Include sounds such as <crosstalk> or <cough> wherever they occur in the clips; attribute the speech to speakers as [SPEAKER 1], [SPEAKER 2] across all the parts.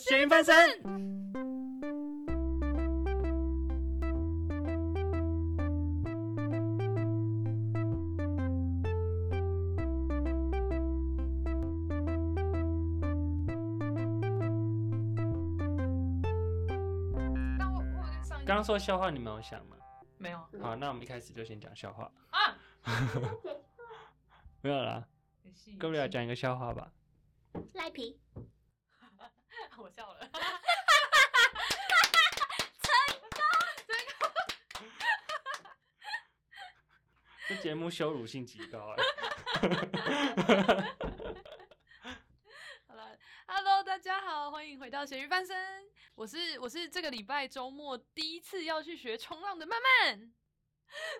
[SPEAKER 1] 咸鱼翻身。
[SPEAKER 2] 但我我有跟上一
[SPEAKER 1] 刚刚说笑话，你们有想吗？
[SPEAKER 2] 没有
[SPEAKER 1] 好，那我们一开始就先讲笑话。
[SPEAKER 2] 啊？
[SPEAKER 1] 没有啦，
[SPEAKER 2] 没戏
[SPEAKER 1] 各位来，讲一个笑话吧。
[SPEAKER 3] 赖皮，
[SPEAKER 2] <laughs> 我笑了。 <laughs>
[SPEAKER 1] 这节目羞辱性极高、欸。
[SPEAKER 2] 好了，Hello，大家好，欢迎回到咸鱼翻身。我是我是这个礼拜周末第一次要去学冲浪的曼曼。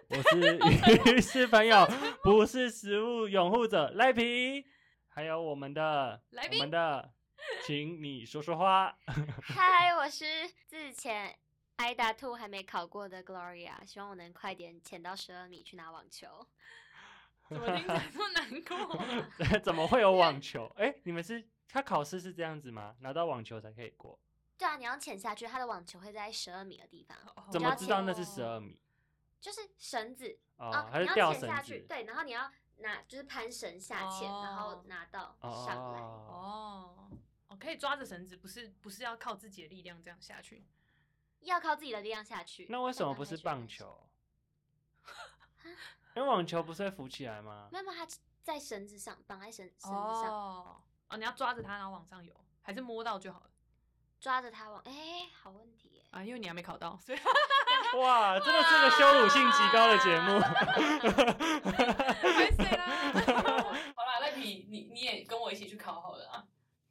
[SPEAKER 1] 我是鱼是朋友，不是食物拥护者赖皮，还有我们的
[SPEAKER 2] 来
[SPEAKER 1] 我
[SPEAKER 2] 宾
[SPEAKER 1] 们的，请你说说话。
[SPEAKER 3] <laughs>
[SPEAKER 1] <laughs>
[SPEAKER 3] 嗨，我是之前挨打兔还没考过的 Gloria，希望我能快点潜到十二米去拿网球。
[SPEAKER 2] 怎么听起来这么难过？
[SPEAKER 1] <laughs> 怎么会有网球？哎、你们是他考试是这样子吗？拿到网球才可以过？
[SPEAKER 3] 对啊，你要潜下去，它的网球会在十二米的地方，
[SPEAKER 1] 怎么知道那是十
[SPEAKER 2] 哦？
[SPEAKER 1] 二米？
[SPEAKER 3] 就是绳子
[SPEAKER 1] 哦，
[SPEAKER 3] 啊，
[SPEAKER 1] 还
[SPEAKER 3] 你
[SPEAKER 1] 是
[SPEAKER 3] 要
[SPEAKER 1] 吊
[SPEAKER 3] 潜
[SPEAKER 1] 绳
[SPEAKER 3] 下去，
[SPEAKER 1] 子？
[SPEAKER 3] 对，然后你要拿就是攀绳下潜，
[SPEAKER 2] 哦
[SPEAKER 3] 然后拿到
[SPEAKER 1] 哦
[SPEAKER 3] 上来。
[SPEAKER 2] 哦，哦，可以抓着绳子，不是不是要靠自己的力量这样下去。
[SPEAKER 3] 要靠自己的力量下去。
[SPEAKER 1] 那为什么
[SPEAKER 3] 但
[SPEAKER 1] 不
[SPEAKER 3] 它
[SPEAKER 1] 是
[SPEAKER 3] 还有
[SPEAKER 1] 棒球？啊因为网球不是会浮起来吗
[SPEAKER 3] 没？有？没有，它在绳子上绑在绳绳子上，
[SPEAKER 2] 哦，哦，你要抓着它，然后往上游，还是摸到就好了
[SPEAKER 3] 抓着它往哎，好问题耶。
[SPEAKER 2] 啊？因为你还没考到，所以
[SPEAKER 1] 哇，真的是个羞辱性极高的节目。
[SPEAKER 2] 拍谁啦？好啦，赖皮，你你也跟我一起去考好了啊。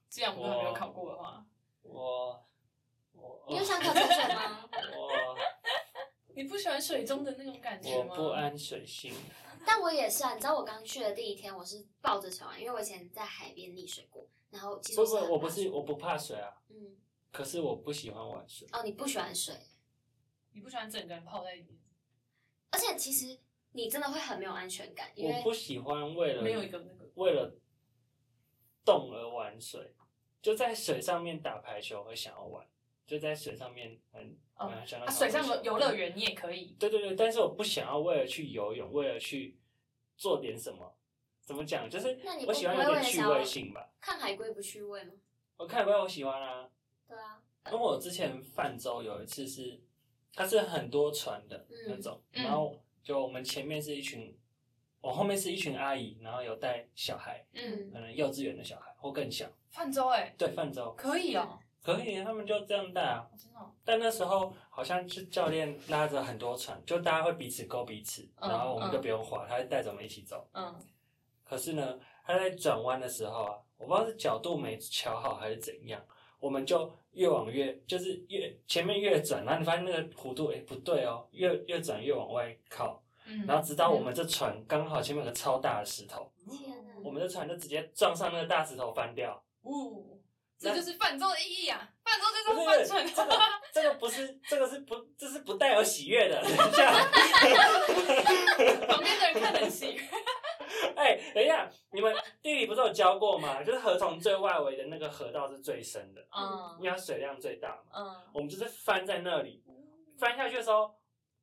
[SPEAKER 2] 这样我还没有考过的话，
[SPEAKER 1] <laughs> 我我
[SPEAKER 3] 你有
[SPEAKER 1] <laughs>
[SPEAKER 3] 想考潜水吗？
[SPEAKER 1] 我
[SPEAKER 2] 你不喜欢水中的那种感觉
[SPEAKER 1] 我
[SPEAKER 2] 吗？
[SPEAKER 1] 不安水性，
[SPEAKER 3] 但我也是啊，你知道我刚去的第一天，我是抱着球啊，因为我以前在海边溺水过，然后其实
[SPEAKER 1] 不
[SPEAKER 3] 是
[SPEAKER 1] 是
[SPEAKER 3] 很
[SPEAKER 1] 我不
[SPEAKER 3] 怕水
[SPEAKER 1] 是我不怕水啊，
[SPEAKER 3] 嗯
[SPEAKER 1] 可是我不喜欢玩水。
[SPEAKER 3] 哦，你不喜欢水，
[SPEAKER 2] 你不喜欢整个人泡在里面，
[SPEAKER 3] 而且其实你真的会很没有安全感，因
[SPEAKER 1] 我
[SPEAKER 3] 为
[SPEAKER 1] 不喜欢为了
[SPEAKER 2] 没有一个那个。
[SPEAKER 1] 为了动而玩水，就在水上面打排球会想要玩，就在水上面很
[SPEAKER 2] 哦
[SPEAKER 1] 很想要
[SPEAKER 2] 啊，
[SPEAKER 1] 打排
[SPEAKER 2] 水
[SPEAKER 1] 球、
[SPEAKER 2] 上游游乐园你也可以，
[SPEAKER 1] 对对对，但是我不想要为了去游泳，为了去做点什么，怎么讲？就是
[SPEAKER 3] 那你不
[SPEAKER 1] 我喜欢有点趣味性吧。
[SPEAKER 3] 看海龟不趣味吗？
[SPEAKER 1] 我看过，我喜欢啊。
[SPEAKER 3] 对啊，
[SPEAKER 1] 因为我之前泛舟有一次是，它是很多船的那种，
[SPEAKER 2] 嗯嗯
[SPEAKER 1] 然后就我们前面是一群，我后面是一群阿姨，然后有带小孩，
[SPEAKER 2] 嗯，
[SPEAKER 1] 可能幼稚园的小孩或更小，
[SPEAKER 2] 泛舟哎，
[SPEAKER 1] 对泛舟
[SPEAKER 2] 可以哦，
[SPEAKER 1] 可以，他们就这样带啊。
[SPEAKER 2] 哦真的哦，
[SPEAKER 1] 但那时候好像是教练拉着很多船，就大家会彼此勾彼此，
[SPEAKER 2] 嗯
[SPEAKER 1] 然后我们就不用划，他就带着我们一起走。
[SPEAKER 2] 嗯，
[SPEAKER 1] 可是呢，他在转弯的时候啊，我不知道是角度没调好还是怎样，我们就越往越就是越前面越转，然后你发现那个弧度哎、诶不对哦，越越转越往外靠，
[SPEAKER 2] 嗯
[SPEAKER 1] 然后直到我们这船刚好前面有个超大的石头，
[SPEAKER 3] 天
[SPEAKER 2] 嗯
[SPEAKER 3] 哪
[SPEAKER 1] 我们的船就直接撞上那个大石头翻
[SPEAKER 2] <laughs>
[SPEAKER 1] 掉。
[SPEAKER 2] 哦，
[SPEAKER 1] 那
[SPEAKER 2] 这就是泛舟的意义啊！泛舟
[SPEAKER 1] 不
[SPEAKER 2] 就是是泛船，
[SPEAKER 1] 这个这个不是这个是不这是不带有喜悦的，等一下。
[SPEAKER 2] 旁边的人看得很喜悦。
[SPEAKER 1] 哎、等一下，你们地理不是有教过吗？就是河床最外围的那个河道是最深的，
[SPEAKER 2] <laughs> 嗯
[SPEAKER 1] 因为它水量最大嘛。
[SPEAKER 2] 嗯
[SPEAKER 1] 我们就是翻在那里，翻下去的时候，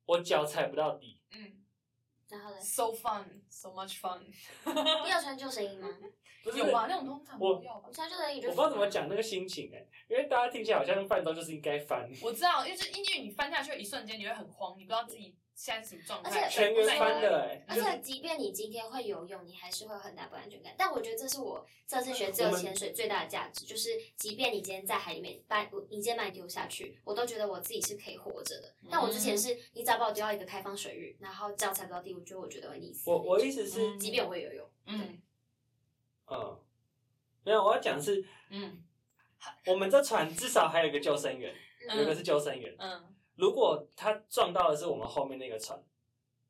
[SPEAKER 1] 我脚踩不到底，
[SPEAKER 2] 嗯
[SPEAKER 3] 然后呢？
[SPEAKER 2] ，so fun，so much fun。
[SPEAKER 3] 不要穿救生衣吗？
[SPEAKER 1] 不是
[SPEAKER 2] 有吧？？那种通常
[SPEAKER 1] 我
[SPEAKER 2] 不要吧
[SPEAKER 3] 你？穿救生衣
[SPEAKER 1] 我
[SPEAKER 3] 就
[SPEAKER 1] 不知道怎么讲那个心情哎、因为大家听起来好像泛舟就是应该翻，
[SPEAKER 2] 我知道，因为就是因为你翻下去的一瞬间，你会很慌，你不知道自己现在是什么状态。
[SPEAKER 3] 而且
[SPEAKER 1] 全员翻的哎、
[SPEAKER 3] 而且，即便你今天会游泳，你还是会有很大不安全感。但我觉得这是我这次学自由潜水最大的价值，就是即便你今天在海里面把你今天把你丢下去，我都觉得我自己是可以活着的。但我之
[SPEAKER 1] 嗯
[SPEAKER 3] 前是，你只要把我丢到一个开放水域，然后脚踩不到地，我觉得我觉得会溺死。
[SPEAKER 1] 我我意思是，
[SPEAKER 3] 即便我会游泳，
[SPEAKER 2] 嗯
[SPEAKER 1] 嗯，没有，我要讲的是，
[SPEAKER 2] 嗯
[SPEAKER 1] 我们这船至少还有一个救生员，有一个
[SPEAKER 2] 嗯
[SPEAKER 1] 是救生员。
[SPEAKER 2] 嗯，
[SPEAKER 1] 如果他撞到的是我们后面那个船，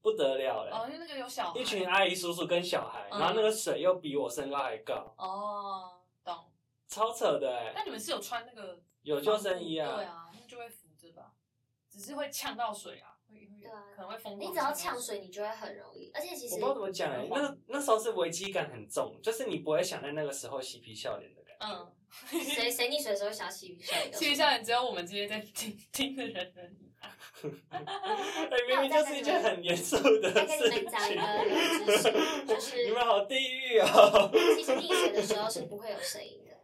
[SPEAKER 1] 不得了了。
[SPEAKER 2] 哦，因为那个有小孩
[SPEAKER 1] 一群阿姨、叔叔跟小孩，
[SPEAKER 2] 嗯
[SPEAKER 1] 然后那个水又比我身高还高，
[SPEAKER 2] 哦，懂。
[SPEAKER 1] 超扯的哎、
[SPEAKER 2] 但你们是有穿那个
[SPEAKER 1] 有救生衣
[SPEAKER 2] 对
[SPEAKER 1] 啊，
[SPEAKER 2] 啊，那就会浮着吧，只是会呛到水啊。会会
[SPEAKER 3] 对啊
[SPEAKER 2] 可能会疯狂。
[SPEAKER 3] 你只要呛水，你就会很容易，而且
[SPEAKER 1] 嗯
[SPEAKER 3] 其
[SPEAKER 1] 我不
[SPEAKER 3] 实
[SPEAKER 1] 知道怎么讲、欸，那那时候是危机感很重，就是你不会想在那个时候嬉皮笑脸的感觉。
[SPEAKER 2] 嗯，
[SPEAKER 3] 谁谁溺水的时候想要洗鱼笑
[SPEAKER 1] <laughs>
[SPEAKER 2] 其实像也只有我们这些在听听的人而 <laughs> 已。
[SPEAKER 1] 哎、明明就是一件很严肃的
[SPEAKER 3] 再跟你
[SPEAKER 1] 事
[SPEAKER 3] 们讲一
[SPEAKER 1] 情。
[SPEAKER 3] 个冷知识，就是
[SPEAKER 1] 你们好地狱哦！ <laughs>
[SPEAKER 3] 其实溺水的时候是不会有声音的，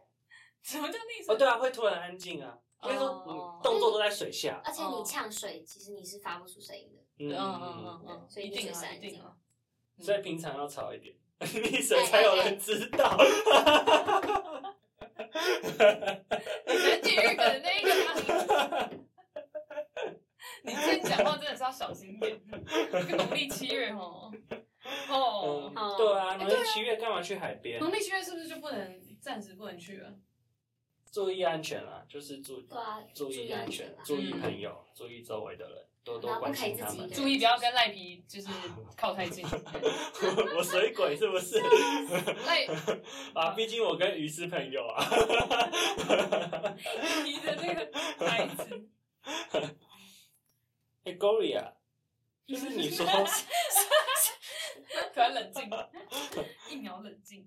[SPEAKER 2] 什么叫溺水？
[SPEAKER 1] 哦，对啊，会突然安静啊，因为说
[SPEAKER 2] 哦
[SPEAKER 1] 嗯动作都在水下。
[SPEAKER 3] 而且
[SPEAKER 2] 哦
[SPEAKER 3] 你呛水，其实你是发不出声音的。
[SPEAKER 1] 嗯
[SPEAKER 2] 嗯
[SPEAKER 3] 哦
[SPEAKER 1] 嗯
[SPEAKER 2] 嗯
[SPEAKER 1] 嗯
[SPEAKER 2] 嗯嗯，
[SPEAKER 3] 所以
[SPEAKER 2] 一
[SPEAKER 3] 溺水
[SPEAKER 2] 定啊，
[SPEAKER 3] 是
[SPEAKER 2] 一定
[SPEAKER 3] 安
[SPEAKER 2] 啊。
[SPEAKER 1] 嗯，所以平常要吵一点， <laughs> 溺水才
[SPEAKER 3] 哎
[SPEAKER 1] 有人知道。
[SPEAKER 2] 你选体育梗的那一个吗？
[SPEAKER 1] <laughs>
[SPEAKER 2] 你今天讲话真的是要小心点，一个农历七月哦，哦
[SPEAKER 1] 嗯，，
[SPEAKER 3] 哦
[SPEAKER 1] 对啊，你们七月干嘛去海边？
[SPEAKER 2] 农历七月是不是就不能暂时不能去了？
[SPEAKER 1] 注意安全啊，就是注
[SPEAKER 3] 对啊，
[SPEAKER 1] 注意安全，
[SPEAKER 3] 注
[SPEAKER 1] 注
[SPEAKER 2] 意安全啊
[SPEAKER 1] 意朋友，注意周围的人，多
[SPEAKER 3] 嗯然
[SPEAKER 1] 多
[SPEAKER 3] 后不
[SPEAKER 1] 关
[SPEAKER 3] 可以
[SPEAKER 1] 心
[SPEAKER 3] 自
[SPEAKER 1] 他
[SPEAKER 3] 己
[SPEAKER 1] 们
[SPEAKER 3] 一。个
[SPEAKER 2] 注意不
[SPEAKER 1] <laughs>
[SPEAKER 2] 要跟赖皮就是靠太近，
[SPEAKER 1] 我水鬼是不是？
[SPEAKER 2] 赖
[SPEAKER 1] 啊，毕竟我跟鱼是朋友啊。
[SPEAKER 2] 皮的这个牌子，
[SPEAKER 1] <laughs> 哎，Gloria，就是
[SPEAKER 2] <laughs>
[SPEAKER 1] 你说
[SPEAKER 2] 突然冷静，一秒冷静。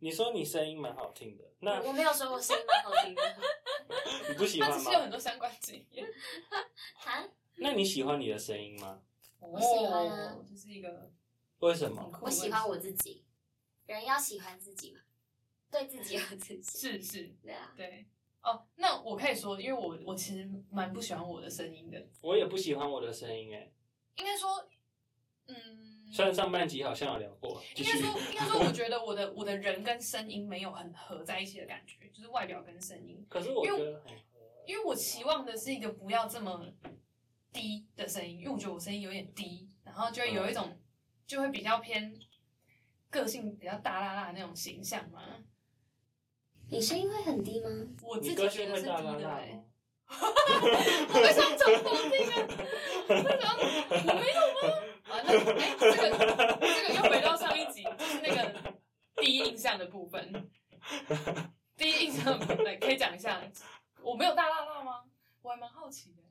[SPEAKER 1] 你说你声音蛮好听的，那
[SPEAKER 3] 我没有说我声音蛮好听的， <laughs>
[SPEAKER 1] 你不喜
[SPEAKER 2] <laughs> 他
[SPEAKER 1] 欢
[SPEAKER 2] 只是有
[SPEAKER 1] 吗？
[SPEAKER 2] 很多相关经验，
[SPEAKER 3] 哈，
[SPEAKER 1] <laughs> 那你喜欢你的声音吗？
[SPEAKER 2] 我
[SPEAKER 3] 喜欢啊
[SPEAKER 2] 这是一个
[SPEAKER 1] 为什么？
[SPEAKER 2] 很酷的
[SPEAKER 3] 我
[SPEAKER 2] 问题。
[SPEAKER 3] 喜欢我自己，人要喜欢自己嘛，对自己有自
[SPEAKER 2] 是
[SPEAKER 3] 信，
[SPEAKER 2] 是，
[SPEAKER 3] 对啊，
[SPEAKER 2] 对。哦，那我可以说，因为我我其实蛮不喜欢我的声音的，
[SPEAKER 1] 我也不喜欢我的声音哎。
[SPEAKER 2] 应该说，嗯，
[SPEAKER 1] 虽然上半集好像有聊过，继
[SPEAKER 2] 应该
[SPEAKER 1] 续。
[SPEAKER 2] 说，应该说，我觉得我的我的人跟声音没有很合在一起的感觉，就是外表跟声音，
[SPEAKER 1] 可是我
[SPEAKER 2] 因
[SPEAKER 1] 觉
[SPEAKER 2] 为
[SPEAKER 1] 得哎很合
[SPEAKER 2] 因为我期望的是一个不要这么低的声音，因为我觉得我声音有点低，然后就会
[SPEAKER 1] 嗯
[SPEAKER 2] 有一种就会比较偏个性比较大啦啦的那种形象嘛。
[SPEAKER 3] 你声音会很低吗？
[SPEAKER 2] 我自
[SPEAKER 1] 你
[SPEAKER 2] 己
[SPEAKER 1] 歌
[SPEAKER 2] 觉
[SPEAKER 1] 星
[SPEAKER 2] 得
[SPEAKER 1] 会
[SPEAKER 2] 是低
[SPEAKER 1] 大拉
[SPEAKER 2] 的、
[SPEAKER 1] 拉
[SPEAKER 2] 欸，
[SPEAKER 1] 吗？
[SPEAKER 2] 我为什么装装这个？为什么我没有吗？啊，那哎、这个这个又回到上一集，就是那个第一印象的部分。第一印象的部分可以讲一下，我没有大辣辣吗？我还蛮好奇的。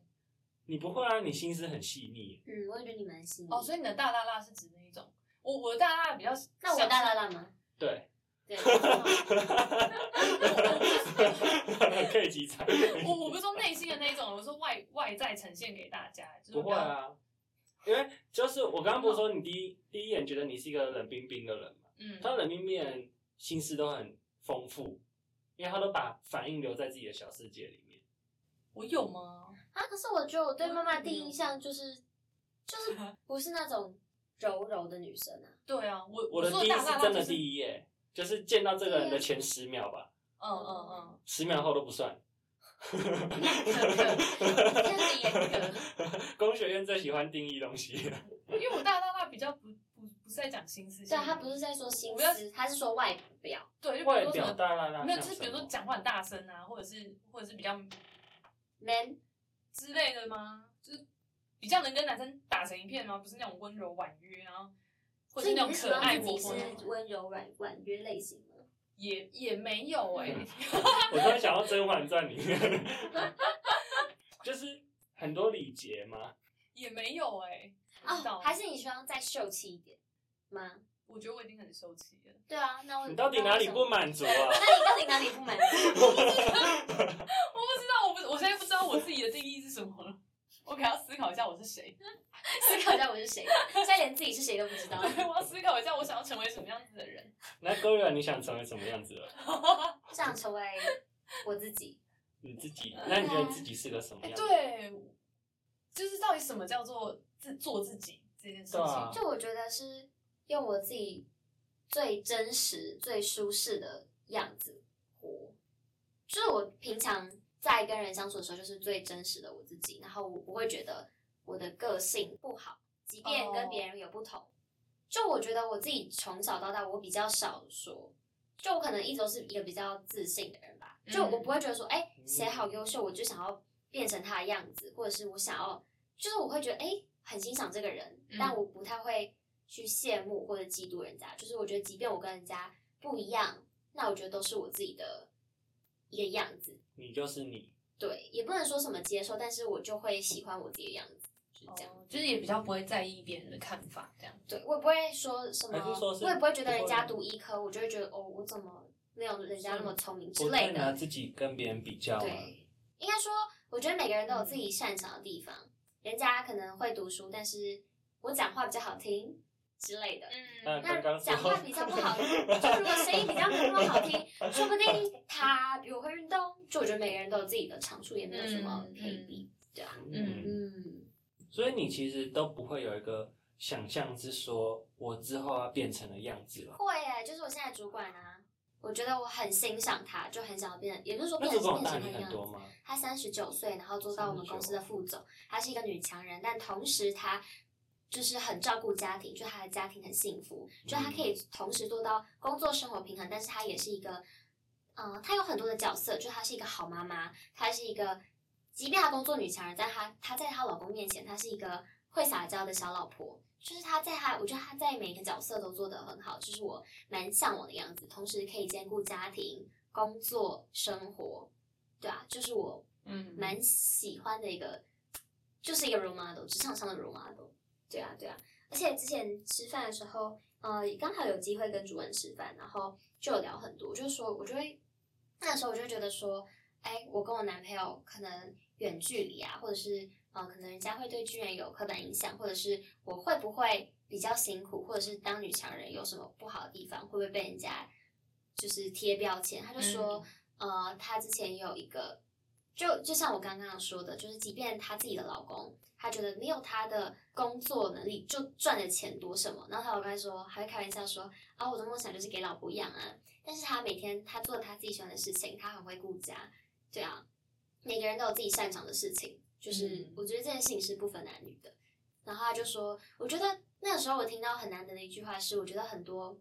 [SPEAKER 1] 你不会啊，你心思很细腻。
[SPEAKER 3] 嗯，我也觉得你蛮细腻。
[SPEAKER 2] 哦，所以你的大辣辣是指那一种？我我的大辣辣比较像，
[SPEAKER 3] 那我大拉拉
[SPEAKER 2] <laughs>
[SPEAKER 3] 吗？
[SPEAKER 1] 对，
[SPEAKER 3] 对，
[SPEAKER 1] <laughs> 可以集
[SPEAKER 2] <laughs>
[SPEAKER 1] 采。
[SPEAKER 2] 我我不是说内心的那一种，我是说外外在呈现给大家，就是
[SPEAKER 1] 不会
[SPEAKER 2] 比较，
[SPEAKER 1] 啊，因为就是我刚刚不是说你第一第一眼觉得你是一个冷冰冰的人嘛？
[SPEAKER 2] 嗯，
[SPEAKER 1] 他冷冰冰的人心思都很丰富，因为他都把反应留在自己的小世界里面。
[SPEAKER 2] 我有吗？
[SPEAKER 3] 啊，可是我觉得我对妈妈第一印象就是就是不是那种柔柔的女
[SPEAKER 2] <laughs>
[SPEAKER 3] 生啊， <laughs>
[SPEAKER 2] 对啊，我
[SPEAKER 1] 我的
[SPEAKER 2] 说
[SPEAKER 1] 第一
[SPEAKER 2] 大辣
[SPEAKER 1] 是
[SPEAKER 2] 辣
[SPEAKER 1] 真
[SPEAKER 2] 就
[SPEAKER 1] 的
[SPEAKER 2] 是
[SPEAKER 1] 第一耶，就是见到这个人的前十秒吧，
[SPEAKER 2] 嗯嗯嗯。
[SPEAKER 1] 十秒后都不算。 <laughs>
[SPEAKER 2] 真的严格，
[SPEAKER 1] 工学院最喜欢定义东西了，
[SPEAKER 2] 因为我大大大比较不不不是在讲心思，
[SPEAKER 3] 对啊，她不是在说心思，她是说外表。
[SPEAKER 2] 对，哎就比
[SPEAKER 1] 外
[SPEAKER 2] 如说
[SPEAKER 1] 表
[SPEAKER 2] 什
[SPEAKER 1] 大啦
[SPEAKER 2] 么
[SPEAKER 1] 啦。
[SPEAKER 2] 没有，就是比
[SPEAKER 1] 像什
[SPEAKER 2] 如
[SPEAKER 1] 么
[SPEAKER 2] 说讲话很大声啊，或者是或者是比较
[SPEAKER 3] man，
[SPEAKER 2] 之类的吗？就是比较能跟男生打成一片吗？不是那种温柔婉约，然后或者
[SPEAKER 3] 所
[SPEAKER 2] 是
[SPEAKER 3] 以
[SPEAKER 2] 那种
[SPEAKER 3] 你是希
[SPEAKER 2] 可爱
[SPEAKER 3] 望自
[SPEAKER 2] 活
[SPEAKER 3] 己
[SPEAKER 2] 泼那
[SPEAKER 3] 是
[SPEAKER 2] 种，
[SPEAKER 3] 温柔软婉约类型吗？
[SPEAKER 2] 也也没
[SPEAKER 1] 嗯
[SPEAKER 2] 有哎、 <laughs>
[SPEAKER 1] 我突然想到《甄嬛传》里面， <laughs> 就是很多礼节嘛，
[SPEAKER 2] 也没有哎、不知
[SPEAKER 3] 哦，
[SPEAKER 2] 道
[SPEAKER 3] 还是你希望再秀气一点吗？
[SPEAKER 2] 我觉得我已经很受气了，
[SPEAKER 3] 对啊，那
[SPEAKER 2] 哦
[SPEAKER 3] 我
[SPEAKER 1] 你到底哪里不？满足啊
[SPEAKER 3] <laughs> 那？你到底哪里不满 <laughs> 足？
[SPEAKER 2] 我不知道，我不我现在不知道我自己的定义是什么了，我可能要思考一下我是谁，
[SPEAKER 3] 思考一下我是谁，现在连自己是谁都不知道。 <laughs>
[SPEAKER 2] 对，我要思考一下我想要成为什么样子的人。
[SPEAKER 1] <laughs> 那各位，你想成为什么样子啊的？
[SPEAKER 3] 想成为我自己，
[SPEAKER 1] 你自己，那你觉得你自己是个什么
[SPEAKER 2] 哎，
[SPEAKER 1] 样子？
[SPEAKER 2] 对，就是到底什么叫做自做自己这件事
[SPEAKER 1] 对啊
[SPEAKER 2] 情？
[SPEAKER 3] 就我觉得是用我自己最真实、最舒适的样子活。就是我平常在跟人相处的时候，就是最真实的我自己，然后我不会觉得我的个性不好，即便跟别人有不同。就我觉得我自己从小到大，我比较少说，就我可能一直都是一个比较自信的人吧。就我不会觉得说，哎、谁好优秀，我就想要变成他的样子，或者是我想要，就是我会觉得，哎、很欣赏这个人，
[SPEAKER 2] 嗯
[SPEAKER 3] 但我不太会去羡慕或者嫉妒人家。就是我觉得，即便我跟人家不一样，那我觉得都是我自己的一个样子。
[SPEAKER 1] 你就是你，
[SPEAKER 3] 对，也不能说什么接受，但是我就会喜欢我自己的样子，这样。
[SPEAKER 2] 哦就是也比较不会在意别人的看法，这样。
[SPEAKER 3] 对，我也不会说什么，
[SPEAKER 1] 还是说是
[SPEAKER 3] 我也不会觉得人家读医科，我就会觉得哦，我怎么没有人家那么聪明之
[SPEAKER 1] 不会
[SPEAKER 3] 类
[SPEAKER 1] 拿
[SPEAKER 3] 的。
[SPEAKER 1] 自己跟别人比较嘛，
[SPEAKER 3] 对，应该说，我觉得每个人都有自己擅长的地方。人家可能会读书，但是我讲话比较好听之类的。
[SPEAKER 1] 那
[SPEAKER 2] 嗯，
[SPEAKER 1] 刚
[SPEAKER 3] 那
[SPEAKER 1] 刚
[SPEAKER 3] 讲话
[SPEAKER 1] 说
[SPEAKER 3] 比较不
[SPEAKER 1] <laughs>
[SPEAKER 3] 好，就如果声音比较没有那么好听，说不定他比我会运动。就我觉得每个人都有自己的长处，也没有什么
[SPEAKER 1] 嗯
[SPEAKER 3] 可以比。对啊，
[SPEAKER 2] 嗯
[SPEAKER 3] 嗯，
[SPEAKER 1] 所以你其实都不会有一个想象是说我之后要变成的样子了。
[SPEAKER 3] 会耶，就是我现在主管啊，我觉得我很欣赏他，就很想要变，也不是说
[SPEAKER 1] 那
[SPEAKER 3] 变
[SPEAKER 1] 主
[SPEAKER 3] 成
[SPEAKER 1] 管
[SPEAKER 3] 变
[SPEAKER 1] 大
[SPEAKER 3] 成
[SPEAKER 1] 你
[SPEAKER 3] 那个
[SPEAKER 1] 很
[SPEAKER 3] 样
[SPEAKER 1] 多
[SPEAKER 3] 子。
[SPEAKER 1] 吗？
[SPEAKER 3] 她三十九岁，然后做到我们公司的副总，她是一个女强人，但同时她就是很照顾家庭，就她的家庭很幸福，就她可以同时做到工作生活平衡，但是她也是一个，嗯、她有很多的角色，就她是一个好妈妈，她是一个，即便她工作女强人，但她她在她老公面前，她是一个会撒娇的小老婆。就是她在她，我觉得她在每个角色都做得很好，就是我蛮向往的样子，同时可以兼顾家庭、工作、生活，对啊，就是我
[SPEAKER 2] 嗯，
[SPEAKER 3] 蛮喜欢的一个，就是一个 role model，职场上的 role model。对啊，对啊。而且之前吃饭的时候，呃，刚好有机会跟主任吃饭，然后就有聊很多，就是说我就会那时候我就觉得说，哎，我跟我男朋友可能远距离啊，或者是呃，可能人家会对巨人有刻板印象，或者是我会不会比较辛苦，或者是当女强人有什么不好的地方，会不会被人家就是贴标签？他就说，呃，他之前有一个，就就像我刚刚说的，就是即便她自己的老公，她觉得没有她的工作能力，就赚的钱多什么，然后她老公还说，还会开玩笑说，啊，我的梦想就是给老婆养啊，但是他每天他做他自己喜欢的事情，他很会顾家，对啊，每个人都有自己擅长的事情，就是
[SPEAKER 2] 嗯
[SPEAKER 3] 我觉得这件事情是不分男女的。然后他就说，我觉得那个时候我听到很难得的一句话是，我觉得很多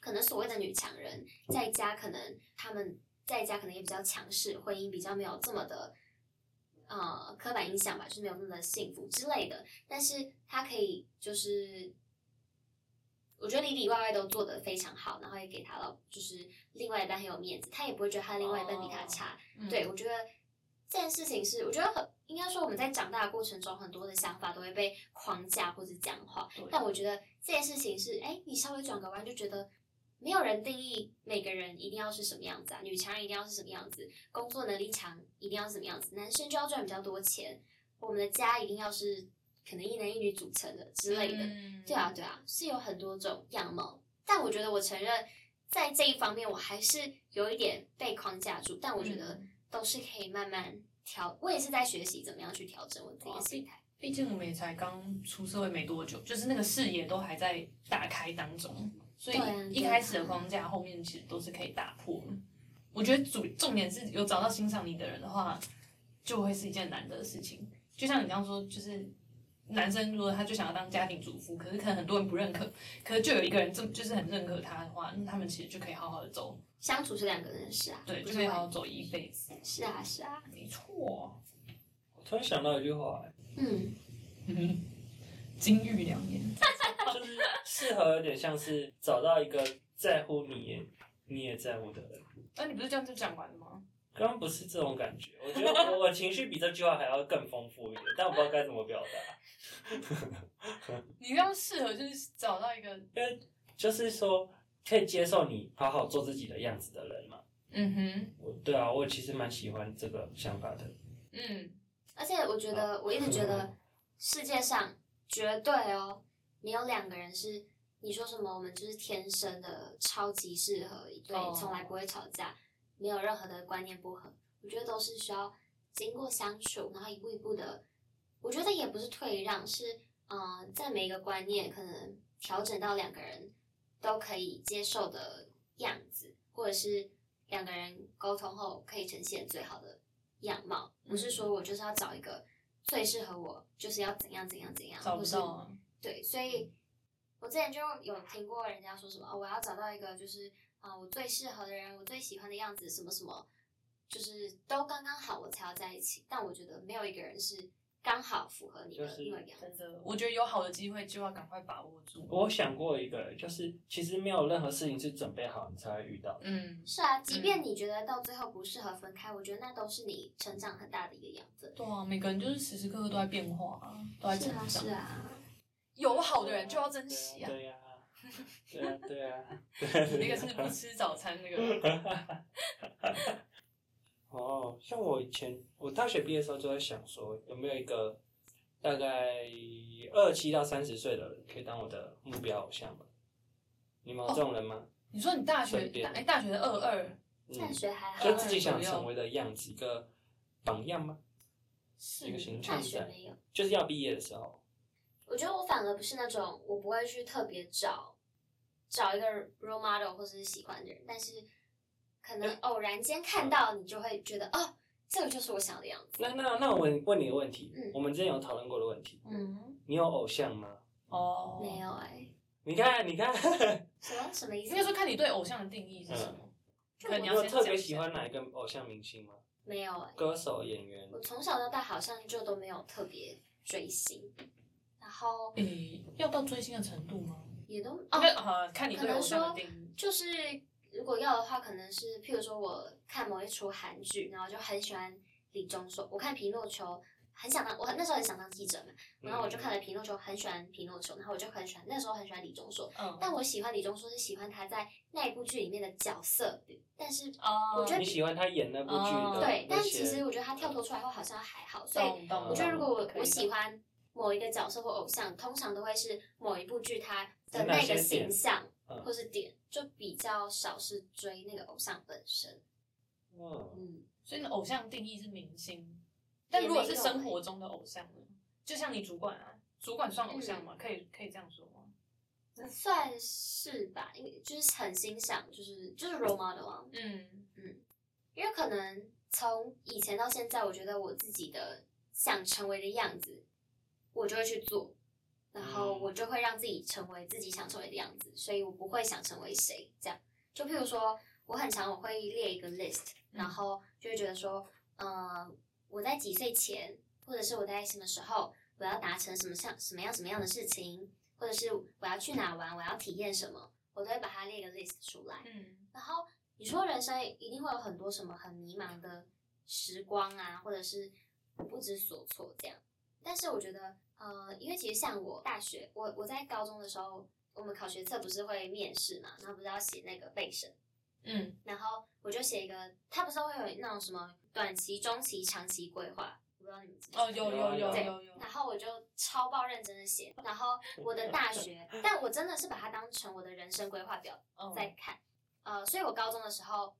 [SPEAKER 3] 可能所谓的女强人在家，可能他们在家可能也比较强势，婚姻比较没有这么的。呃，刻板印象吧，就是没有那么的幸福之类的，但是他可以就是我觉得里里外外都做得非常好，然后也给他老就是另外一半很有面子，他也不会觉得他另外一半比他差。
[SPEAKER 2] 嗯
[SPEAKER 3] 对，我觉得这件事情是，我觉得很应该说我们在长大的过程中，很多的想法都会被框架或是讲化。
[SPEAKER 2] 对
[SPEAKER 3] 但我觉得这件事情是，哎，你稍微转个弯就觉得。没有人定义每个人一定要是什么样子啊，女强人一定要是什么样子，工作能力强一定要是什么样子，男生就要赚比较多钱，我们的家一定要是可能一男一女组成的之类的。
[SPEAKER 2] 嗯
[SPEAKER 3] 对啊，对啊，是有很多种样貌，但我觉得我承认，在这一方面我还是有一点被框架住，但我觉得
[SPEAKER 2] 嗯
[SPEAKER 3] 都是可以慢慢调，我也是在学习怎么样去调整我自己的心态。
[SPEAKER 2] 毕竟我们也才刚出社会没多久，就是那个视野都还在打开当中，所以
[SPEAKER 3] 对啊
[SPEAKER 2] 一开始的框架后面其实都是可以打破的。我觉得主重点是有找到欣赏你的人的话，就会是一件难得的事情。就像你刚刚说，就是男生如果他就想要当家庭主妇，可是可能很多人不认可，可是就有一个人这么就是很认可他的话，那他们其实就可以好好的走，
[SPEAKER 3] 相处是两个人的事啊，
[SPEAKER 2] 对，
[SPEAKER 3] 不
[SPEAKER 2] 就是可以
[SPEAKER 3] 我
[SPEAKER 2] 好好走一辈子。
[SPEAKER 3] 是啊，是啊，
[SPEAKER 2] 没错，
[SPEAKER 1] 我突然想到一句话，
[SPEAKER 3] 嗯，
[SPEAKER 2] 嗯， <laughs> 金玉良言。
[SPEAKER 1] 就是适合有点像是找到一个在乎你也你也在乎的人。
[SPEAKER 2] 那、你不是这样就讲完了吗？
[SPEAKER 1] 刚刚不是这种感觉，我觉得我我情绪比这句话还要更丰富一点，但我不知道该怎么表达。
[SPEAKER 2] 你这样适合就是找到一个，
[SPEAKER 1] 就是说，可以接受你好好做自己的样子的人嘛。
[SPEAKER 2] 嗯哼，
[SPEAKER 1] 我对啊，我其实蛮喜欢这个想法的。
[SPEAKER 2] 嗯，
[SPEAKER 3] 而且我觉得我一直觉得世界上绝对哦，没有两个人是你说什么我们就是天生的超级适合一对
[SPEAKER 2] 哦，
[SPEAKER 3] 从来不会吵架，没有任何的观念不合。我觉得都是需要经过相处，然后一步一步的。我觉得也不是退让，是嗯、呃在每一个观念可能调整到两个人都可以接受的样子，或者是两个人沟通后可以呈现最好的样貌。不是
[SPEAKER 2] 嗯
[SPEAKER 3] 说我就是要找一个最适合我，就是要怎样怎样怎样，
[SPEAKER 2] 找
[SPEAKER 3] 或
[SPEAKER 2] 不
[SPEAKER 3] 是
[SPEAKER 2] 到啊，
[SPEAKER 3] 对，所以我之前就有听过人家说什么，哦、我要找到一个就是啊、呃我最适合的人，我最喜欢的样子，什么什么，就是都刚刚好，我才要在一起。但我觉得没有一个人是刚好符合你
[SPEAKER 1] 就
[SPEAKER 3] 的
[SPEAKER 1] 是
[SPEAKER 3] 那个样子。
[SPEAKER 2] 真的，我觉得有好的机会就要赶快把握住。
[SPEAKER 1] 我想过一个，就是其实没有任何事情是准备好你才会遇到的。
[SPEAKER 2] 嗯，
[SPEAKER 3] 是啊，即便你觉得到最后不适合分开，我觉得那都是你成长很大的一个养分。
[SPEAKER 2] 对啊，每个人就是时时刻刻都在变化啊，都在
[SPEAKER 3] 是
[SPEAKER 2] 成
[SPEAKER 3] 啊，
[SPEAKER 2] 长。
[SPEAKER 3] 是啊，
[SPEAKER 2] 有好的人哦就要珍惜啊。
[SPEAKER 1] 对呀、对呀、对啊呀、
[SPEAKER 2] 你那个是不吃早餐那个，
[SPEAKER 1] 哦，像我以前我大学毕业的时候就在想说，有没有一个大概二七到三十岁的人可以当我的目标偶像吧？你们有这种人吗？
[SPEAKER 2] 你说你大学
[SPEAKER 1] 顺便
[SPEAKER 2] 大哎大学的二二
[SPEAKER 3] 暂
[SPEAKER 1] 嗯，
[SPEAKER 3] 学还好
[SPEAKER 1] 就，自己想成为的样子，一个榜样吗？
[SPEAKER 2] 是
[SPEAKER 1] 一个形
[SPEAKER 3] 暂
[SPEAKER 1] 象
[SPEAKER 3] 学
[SPEAKER 1] 在，
[SPEAKER 3] 没有。
[SPEAKER 1] 就是要毕业的时候，
[SPEAKER 3] 我觉得我反而不是那种我不会去特别找找一个 role model 或者是喜欢的人，但是可能偶然间看到你就会觉得哦，这个就是我想要的样子。
[SPEAKER 1] 那那那我问问你一个问题，
[SPEAKER 3] 嗯
[SPEAKER 1] 我们之前有讨论过的问题，
[SPEAKER 2] 嗯
[SPEAKER 1] 你有偶像吗？
[SPEAKER 2] 哦，
[SPEAKER 3] 没有哎、
[SPEAKER 1] 你看，你看，
[SPEAKER 3] 什么什么意思
[SPEAKER 2] 应该？说看你对偶像的定义是什么。可能
[SPEAKER 1] 嗯你
[SPEAKER 2] 你
[SPEAKER 1] 有
[SPEAKER 2] 要先
[SPEAKER 1] 特
[SPEAKER 2] 讲
[SPEAKER 1] 别
[SPEAKER 2] 一
[SPEAKER 1] 喜
[SPEAKER 2] 下，
[SPEAKER 1] 欢哪一个偶像明星吗？
[SPEAKER 3] 没有哎、
[SPEAKER 1] 歌手、演员？
[SPEAKER 3] 我从小到大好像就都没有特别追星，然后
[SPEAKER 2] 诶，要到追星的程度吗？
[SPEAKER 3] 也都
[SPEAKER 2] 应
[SPEAKER 3] 哦
[SPEAKER 2] 该啊，看你对偶像的定义。
[SPEAKER 3] 就是如果要的话，可能是譬如说我看某一出韩剧，然后就很喜欢李钟硕，我看《皮诺丘》。很想当，我那时候很想当记者嘛，然后我就
[SPEAKER 1] 嗯
[SPEAKER 3] 看了《皮诺丘》，很喜欢《皮诺丘》，然后我就很喜欢，那时候很喜欢李钟硕。
[SPEAKER 2] 嗯，
[SPEAKER 3] 但我喜欢李钟硕是喜欢他在那一部剧里面的角色，但是
[SPEAKER 2] 哦，
[SPEAKER 3] 我觉得
[SPEAKER 1] 你喜欢他演那部剧
[SPEAKER 2] 哦
[SPEAKER 1] 的那些？
[SPEAKER 3] 对，但其实我觉得他跳脱出来后好像还好，所以
[SPEAKER 2] 懂懂
[SPEAKER 3] 我觉得
[SPEAKER 1] 嗯
[SPEAKER 3] 如果我
[SPEAKER 2] 哦可以
[SPEAKER 3] 我喜
[SPEAKER 2] 懂
[SPEAKER 3] 欢某一个角色或偶像，通常都会是某一部剧它的
[SPEAKER 1] 有哪
[SPEAKER 3] 那
[SPEAKER 1] 些
[SPEAKER 3] 个形
[SPEAKER 1] 点
[SPEAKER 3] 象
[SPEAKER 1] 嗯
[SPEAKER 3] 或是点，就比较少是追那个偶像本身。
[SPEAKER 1] 嗯，
[SPEAKER 3] 嗯，
[SPEAKER 2] 所以你的偶像定义是明星，但
[SPEAKER 3] 也
[SPEAKER 2] 如果
[SPEAKER 3] 没
[SPEAKER 2] 是
[SPEAKER 3] 有
[SPEAKER 2] 生
[SPEAKER 3] 欸
[SPEAKER 2] 活中的偶像呢？就像你主管啊，主管算偶像
[SPEAKER 3] 嗯
[SPEAKER 2] 吗？可以可以这样说吗？
[SPEAKER 3] 算是吧，因为就是很欣赏，就是就是 role model 啊，
[SPEAKER 2] 嗯，
[SPEAKER 3] 因为可能从以前到现在，我觉得我自己的想成为的样子，我就会去做。然后
[SPEAKER 1] 嗯
[SPEAKER 3] 我就会让自己成为自己想成为的样子，所以我不会想成为谁这样。就譬如说，我很常我会列一个 list，
[SPEAKER 2] 嗯
[SPEAKER 3] 然后就会觉得说，呃，我在几岁前，或者是我在什么时候，我要达成什么像什么样什么样的事情，或者是我要去哪玩，我要体验什么，我都会把它列个 list 出来。
[SPEAKER 2] 嗯，
[SPEAKER 3] 然后你说人生一定会有很多什么很迷茫的时光啊，或者是不知所措这样。但是我觉得，呃，因为其实像我大学，我我在高中的时候，我们考学测不是会面试嘛，然后不是要写那个备审，
[SPEAKER 2] 嗯，
[SPEAKER 3] 然后我就写一个，它不是会有那种什么短期、中期、长期规划，我不知道你们知不知道
[SPEAKER 2] 哦，有有有
[SPEAKER 3] 对
[SPEAKER 2] 有有，
[SPEAKER 3] 然后我就超爆认真的写，然后我的大学，但我真的是把它当成我的人生规划表
[SPEAKER 2] 嗯
[SPEAKER 3] 在看。呃，所以我高中的时候，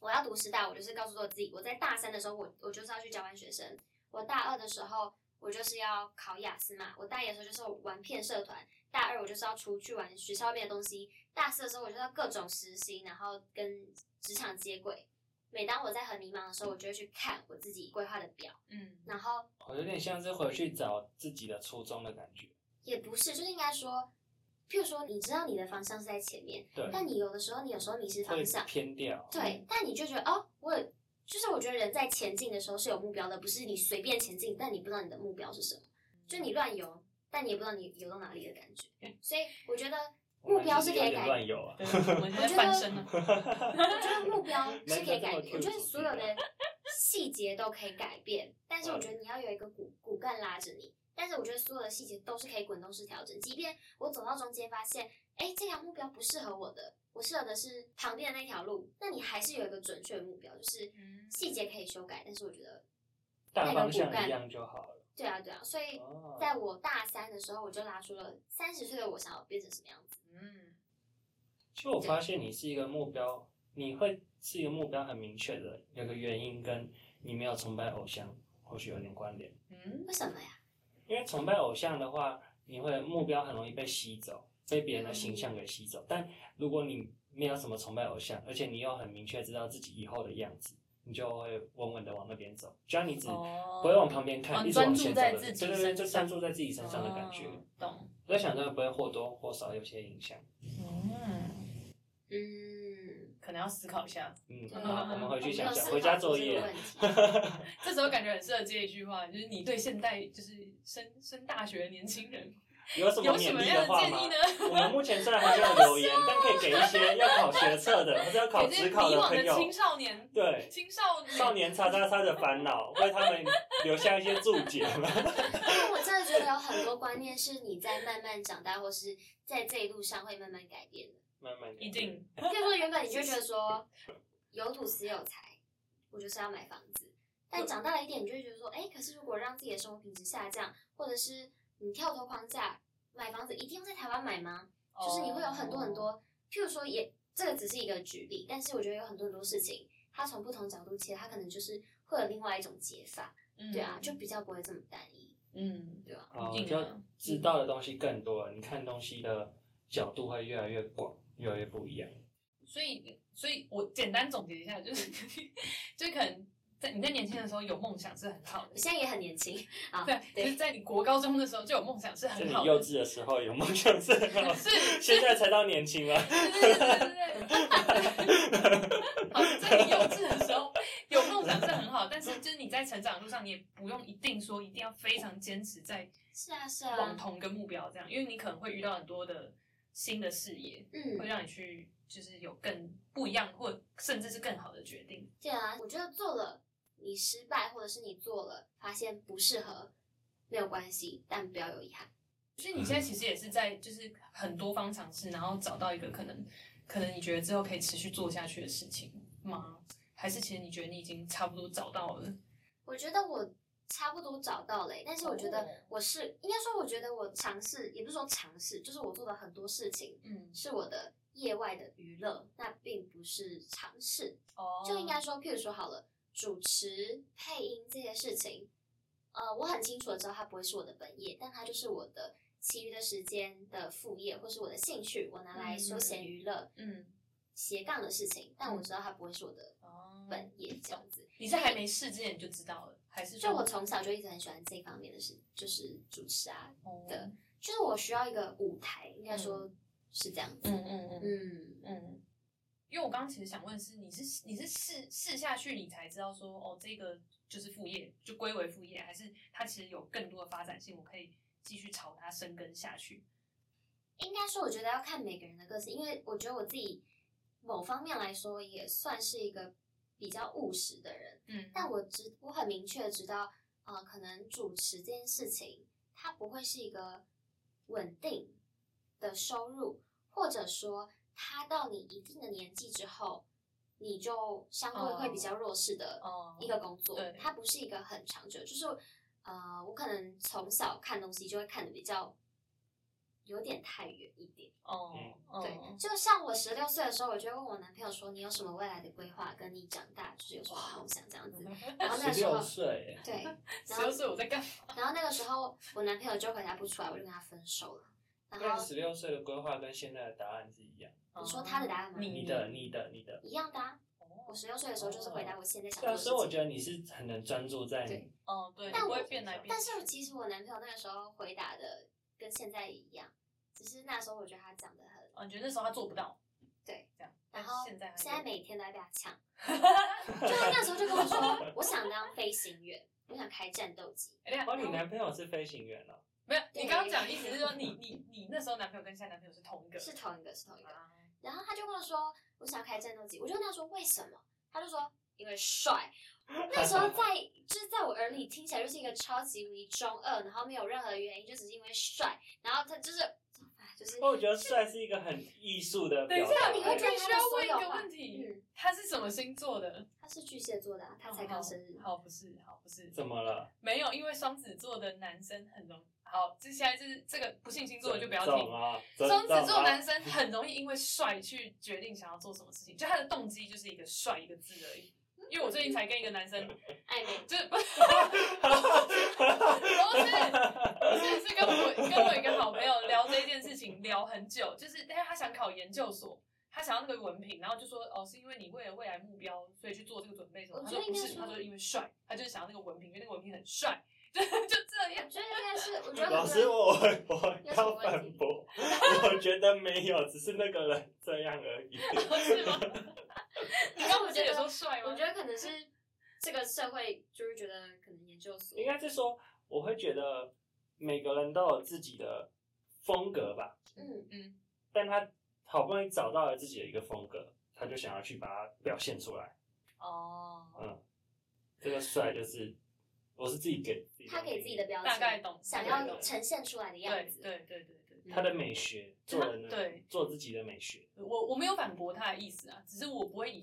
[SPEAKER 3] 我要读师大，我就是告诉我自己，我在大三的时候，我我就是要去交换学生；我大二的时候，我就是要考雅思嘛；我大一的时候就是玩骗社团；大二我就是要出去玩学校外面的东西；大四的时候，我就是要各种实习，然后跟职场接轨。每当我在很迷茫的时候，我就会去看我自己规划的表，
[SPEAKER 2] 嗯，
[SPEAKER 3] 然后
[SPEAKER 1] 我哦有点像是回去找自己的初衷的感觉。
[SPEAKER 3] 也不是，就是应该说，譬如说，你知道你的方向是在前面，
[SPEAKER 1] 对，
[SPEAKER 3] 但你有的时候，你有时候迷失
[SPEAKER 1] 会
[SPEAKER 3] 方向，
[SPEAKER 1] 偏掉。
[SPEAKER 3] 对，但你就觉得哦，我有就是我觉得人在前进的时候是有目标的，不是你随便前进，但你不知道你的目标是什么，就你乱游，但你也不知道你游到哪里的感觉。所以我觉得
[SPEAKER 1] 嗯我们
[SPEAKER 3] 目标
[SPEAKER 1] 就是
[SPEAKER 3] 可以
[SPEAKER 1] 有点
[SPEAKER 3] 改
[SPEAKER 1] 乱游啊。
[SPEAKER 2] 对，我们现在翻身了，
[SPEAKER 3] 我觉得目标是可以改
[SPEAKER 1] 没没这么
[SPEAKER 3] 变，我觉得所有
[SPEAKER 1] 退
[SPEAKER 3] 的细节都可以改变，但是我觉得你要有一个骨骨干拉着你。但是我觉得所有的细节都是可以滚动式调整，即便我走到中间发现，哎，这条目标不适合我的，我适合的是旁边的那条路，那你还是有一个准确的目标，就是
[SPEAKER 2] 嗯
[SPEAKER 3] 细节可以修改，但是我觉得，
[SPEAKER 1] <laughs> 大方向一样就好了。
[SPEAKER 3] 对啊对啊，所以
[SPEAKER 1] 哦，
[SPEAKER 3] 在我大三的时候，我就拉出了三十岁的我想要变成什么样子，
[SPEAKER 2] 嗯，
[SPEAKER 1] 其实我发现你是一个目标，你会是一个目标很明确的，有个原因跟你没有崇拜偶像或许有点关联。
[SPEAKER 2] 嗯，
[SPEAKER 3] 为什么呀？
[SPEAKER 1] 因为崇拜偶像的话，你会目标很容易被吸走，被别人的形象给吸走。但如果你没有什么崇拜偶像，而且你又很明确知道自己以后的样子，你就会稳稳的往那边走。只要你只
[SPEAKER 2] 哦
[SPEAKER 1] 嗯不会往旁边看，
[SPEAKER 2] 哦
[SPEAKER 1] 一直
[SPEAKER 2] 专
[SPEAKER 1] 往
[SPEAKER 2] 注
[SPEAKER 1] 前走
[SPEAKER 2] 在
[SPEAKER 1] 的
[SPEAKER 2] 自己
[SPEAKER 1] 对对对，
[SPEAKER 2] 身
[SPEAKER 1] 就
[SPEAKER 2] 上
[SPEAKER 1] 专注在自己身上的感觉。
[SPEAKER 2] 哦懂，
[SPEAKER 1] 我在想，这会不会或多或少有些影响？
[SPEAKER 2] 嗯，
[SPEAKER 3] 嗯，
[SPEAKER 2] 可能要思考一下。
[SPEAKER 1] 嗯，
[SPEAKER 3] 对
[SPEAKER 1] 好，我们回去想
[SPEAKER 2] 嗯
[SPEAKER 1] 想，回
[SPEAKER 3] 我没有思考
[SPEAKER 1] 家作
[SPEAKER 3] 过这个
[SPEAKER 1] 业
[SPEAKER 3] 问。题
[SPEAKER 2] 这时候感觉很适合接一句话，就是你对现代就是升升大学的年轻人
[SPEAKER 1] 有什么
[SPEAKER 2] 有什
[SPEAKER 1] 勉
[SPEAKER 2] 么
[SPEAKER 1] 励
[SPEAKER 2] 样的
[SPEAKER 1] 话
[SPEAKER 2] 建
[SPEAKER 1] 吗
[SPEAKER 2] 议？呢？
[SPEAKER 1] 我们目前虽然还没有留言，但可以给一些要考学测的或者要考
[SPEAKER 2] 给这
[SPEAKER 1] 职
[SPEAKER 2] 些迷
[SPEAKER 1] 考的
[SPEAKER 2] 惘
[SPEAKER 1] 朋
[SPEAKER 2] 的
[SPEAKER 1] 友，
[SPEAKER 2] 青少年，
[SPEAKER 1] 对
[SPEAKER 2] 青少年
[SPEAKER 1] 少年叉叉叉的烦恼，为他们留下一些注解
[SPEAKER 2] <laughs>
[SPEAKER 1] 嘛。
[SPEAKER 3] 因为我真的觉得有很多观念是你在慢慢长大，或是在这一路上会慢慢改变的。
[SPEAKER 1] 慢慢
[SPEAKER 2] 一定
[SPEAKER 3] 譬如说，原本你就觉得说有土斯有财，我就是要买房子。但长大了一点，你就会觉得说，哎、可是如果让自己的生活品质下降，或者是你跳脱框架，买房子一定要在台湾买吗？就是你会有很多很
[SPEAKER 2] 哦
[SPEAKER 3] 多，譬如说也这个只是一个举例，但是我觉得有很多很多事情，它从不同角度切，它可能就是会有另外一种解法，
[SPEAKER 2] 嗯
[SPEAKER 3] 对啊，就比较不会这么单一，
[SPEAKER 2] 嗯
[SPEAKER 3] 对啊，
[SPEAKER 1] 啊，
[SPEAKER 2] 一定
[SPEAKER 1] 就
[SPEAKER 2] 啊
[SPEAKER 1] 知道的东西更多了，你看东西的角度会越来越广，越来越不一样。
[SPEAKER 2] 所以，所以我简单总结一下，就是 <laughs> 就是可能在你在年轻的时候有梦想是很好
[SPEAKER 3] 我
[SPEAKER 2] 的，
[SPEAKER 3] 现在也很年轻啊，
[SPEAKER 2] 对，就是
[SPEAKER 3] 对，
[SPEAKER 2] 在你国高中的时候就有梦想是
[SPEAKER 1] 就
[SPEAKER 2] 很
[SPEAKER 1] 你
[SPEAKER 2] 好
[SPEAKER 1] 幼
[SPEAKER 2] 的，
[SPEAKER 1] 稚的时候有梦想是
[SPEAKER 2] <laughs>
[SPEAKER 1] 很好，
[SPEAKER 2] 是，是
[SPEAKER 1] 现在才到年轻了。
[SPEAKER 2] 对对对对对对。 <laughs> 好，在你幼稚的时候有梦想是很好，但是就是你在成长路上，你也不用一定说一定要非常坚持在
[SPEAKER 3] 是啊是
[SPEAKER 2] 往
[SPEAKER 3] 啊，
[SPEAKER 2] 同个目标这样，因为你可能会遇到很多的新的视野，会
[SPEAKER 3] 嗯，
[SPEAKER 2] 让你去就是有更不一样或甚至是更好的决定。
[SPEAKER 3] 对啊，我觉得做了你失败，或者是你做了发现不适合，没有关系，但不要有遗憾。
[SPEAKER 2] 所以你现在其实也是在就是很多方尝试，然后找到一个可能可能你觉得之后可以持续做下去的事情吗？还是其实你觉得你已经差不多找到了？
[SPEAKER 3] 我觉得我差不多找到了欸、但是我觉得我是应该说，我觉得我尝试，也不是说尝试，就是我做的很多事情
[SPEAKER 2] 嗯，
[SPEAKER 3] 是我的业外的娱乐，那并不是尝试。
[SPEAKER 2] 哦
[SPEAKER 3] 就应该说，譬如说好了，主持、配音这些事情，呃，我很清楚的知道它不会是我的本业，但它就是我的其余的时间的副业，或是我的兴趣，我拿来休闲娱乐、
[SPEAKER 2] 嗯，
[SPEAKER 3] 斜杠的事情。但我知道它不会是我的
[SPEAKER 2] 哦，
[SPEAKER 3] 本业，这样子。
[SPEAKER 2] 你是还没试之前你就知道了，还是
[SPEAKER 3] 就我从小就一直很喜欢这一方面的事，就是主持啊，
[SPEAKER 2] 的
[SPEAKER 3] 的？就是我需要一个舞台，应该说是这样子。
[SPEAKER 2] 嗯嗯嗯
[SPEAKER 3] 嗯，
[SPEAKER 2] 嗯，因为我刚刚其实想问的是，你是你是试试下去，你才知道说哦，这个就是副业，就归为副业，还是它其实有更多的发展性，我可以继续朝它深耕下去？
[SPEAKER 3] 应该说我觉得要看每个人的个性，因为我觉得我自己某方面来说也算是一个比较务实的人，
[SPEAKER 2] 嗯
[SPEAKER 3] 但我知我很明确地知道，呃，可能主持这件事情它不会是一个稳定的收入，或者说它到你一定的年纪之后，你就相对会比较弱势的
[SPEAKER 2] 哦
[SPEAKER 3] 一个工作
[SPEAKER 2] 对，
[SPEAKER 3] 它不是一个很长久，就是呃，我可能从小看东西就会看的比较有点太远一点。
[SPEAKER 2] 哦
[SPEAKER 1] 嗯
[SPEAKER 3] 对，就像我十六岁的时候，我就会问我男朋友说：“你有什么未来的规划？跟你长大就是有什么梦想这样子？”然后那个
[SPEAKER 1] 十
[SPEAKER 3] 时
[SPEAKER 1] 六
[SPEAKER 3] 候，
[SPEAKER 1] 岁，
[SPEAKER 3] 对，
[SPEAKER 2] <laughs> 十六岁嗯我在干嘛？
[SPEAKER 3] 然后那个时候我男朋友就回答不出来，我就跟他分手了。然后
[SPEAKER 1] 十六岁的规划跟现在的答案是一样。
[SPEAKER 3] 你说他的答案吗
[SPEAKER 2] 哦你
[SPEAKER 1] 你的，你的，你的。
[SPEAKER 3] 一样的、啊，我
[SPEAKER 2] 哦
[SPEAKER 3] 十六岁的时候就是回答我现在想
[SPEAKER 1] 对
[SPEAKER 3] 做
[SPEAKER 1] 啊，
[SPEAKER 3] 的
[SPEAKER 1] 所以我
[SPEAKER 3] 事
[SPEAKER 1] 觉
[SPEAKER 3] 情。
[SPEAKER 1] 得你是很能专注在你
[SPEAKER 3] 对
[SPEAKER 2] 哦，对，
[SPEAKER 3] 但
[SPEAKER 2] 不
[SPEAKER 3] 我
[SPEAKER 2] 会变来变
[SPEAKER 3] 但
[SPEAKER 2] 去，
[SPEAKER 3] 是其实我男朋友那个时候回答的跟现在一样，只是那时候我觉得他讲的很，
[SPEAKER 2] 哦，你觉得那时候他做不到，
[SPEAKER 3] 对，
[SPEAKER 2] 这样，但
[SPEAKER 3] 然
[SPEAKER 2] 是
[SPEAKER 3] 后
[SPEAKER 2] 现在还
[SPEAKER 3] 现在
[SPEAKER 2] 有
[SPEAKER 3] 每天都在被他
[SPEAKER 2] <laughs>
[SPEAKER 3] 呛。就他那时候就跟我说，我想当飞行员，我想开战斗机。
[SPEAKER 2] 哎等一下
[SPEAKER 1] 哦，你男朋友是飞行员哦，
[SPEAKER 2] 没有，
[SPEAKER 3] 对
[SPEAKER 2] 你刚刚讲的意思是说你你你那时候男朋友跟现在男朋友是同一个，
[SPEAKER 3] 是同一个，是同一个。
[SPEAKER 2] 啊，
[SPEAKER 3] 然后他就跟我说，我想开战斗机。我就跟他说为什么？他就说因为帅。那时候在就是在我耳里听起来就是一个超级无敌中二，然后没有任何原因，就只是因为帅。然后他就是，哎就是
[SPEAKER 1] 不
[SPEAKER 2] 哦
[SPEAKER 1] 过我觉得帅是一个很艺术的
[SPEAKER 2] 等一
[SPEAKER 1] 表
[SPEAKER 2] 下，
[SPEAKER 1] 达。
[SPEAKER 2] 你
[SPEAKER 3] 会
[SPEAKER 2] 必
[SPEAKER 3] 觉得
[SPEAKER 2] 须要问一个问题，
[SPEAKER 3] 嗯，
[SPEAKER 2] 他是什么星座的？
[SPEAKER 3] 他是巨蟹座的啊、他才刚生日。
[SPEAKER 2] 哦好，好不是，好不是，
[SPEAKER 1] 怎么了？
[SPEAKER 2] 没有，因为双子座的男生很容易，好，这现在就是这个不信星座的就不要
[SPEAKER 1] 懂
[SPEAKER 2] 听。
[SPEAKER 1] 啊，
[SPEAKER 2] 双子座男
[SPEAKER 1] 男
[SPEAKER 2] 生很容易因为帅去决定想要做什么事情，就他的动机就是一个帅一个字而已。因为我最近才跟一个男生，
[SPEAKER 3] 暧昧，
[SPEAKER 2] 就是不是 <laughs> 不是不是是跟我跟我一个好朋友聊这件事情聊很久，就是但是他想考研究所，他想要那个文凭，然后就说哦是因为你为了未哦来目标所以去做这个准备什么，
[SPEAKER 3] 我
[SPEAKER 2] 他
[SPEAKER 3] 觉
[SPEAKER 2] 说
[SPEAKER 3] 得
[SPEAKER 2] 不
[SPEAKER 3] 应该
[SPEAKER 2] 是，
[SPEAKER 3] 是
[SPEAKER 2] 他说因为帅，他就是想要那个文凭，因为那个文凭很帅， <laughs> 就就这样
[SPEAKER 3] <laughs> 我。觉得应该是，我觉得
[SPEAKER 1] 老师，我我
[SPEAKER 3] 有什
[SPEAKER 1] 要
[SPEAKER 3] 么问
[SPEAKER 1] 反
[SPEAKER 3] 题
[SPEAKER 1] 驳，我觉得没有，只是那个人这样而
[SPEAKER 2] <laughs>
[SPEAKER 1] 已。
[SPEAKER 2] 是吗？你刚不
[SPEAKER 3] 我
[SPEAKER 2] 是
[SPEAKER 3] 觉
[SPEAKER 2] 有
[SPEAKER 3] 得
[SPEAKER 2] 说帅吗？
[SPEAKER 3] 我觉得可能是这个社会就是觉得可能研究所
[SPEAKER 1] 应该是说，我会觉得每个人都有自己的风格吧，
[SPEAKER 3] 嗯
[SPEAKER 2] 嗯，
[SPEAKER 1] 但他好不容易找到了自己的一个风格，他就想要去把它表现出来。
[SPEAKER 3] 哦，
[SPEAKER 1] 嗯，这个帅就是我是自己给自己
[SPEAKER 3] 他给自己
[SPEAKER 1] 的
[SPEAKER 3] 的标
[SPEAKER 2] 大概
[SPEAKER 3] 签，
[SPEAKER 2] 懂。
[SPEAKER 3] 想要呈现出来的
[SPEAKER 2] 对
[SPEAKER 3] 样子，
[SPEAKER 2] 对对对对，
[SPEAKER 3] 嗯
[SPEAKER 1] 定义他的美学，做人的
[SPEAKER 2] 对
[SPEAKER 1] 做自己的美学。
[SPEAKER 2] 我我没有反驳他的意思啊，只是我不会以，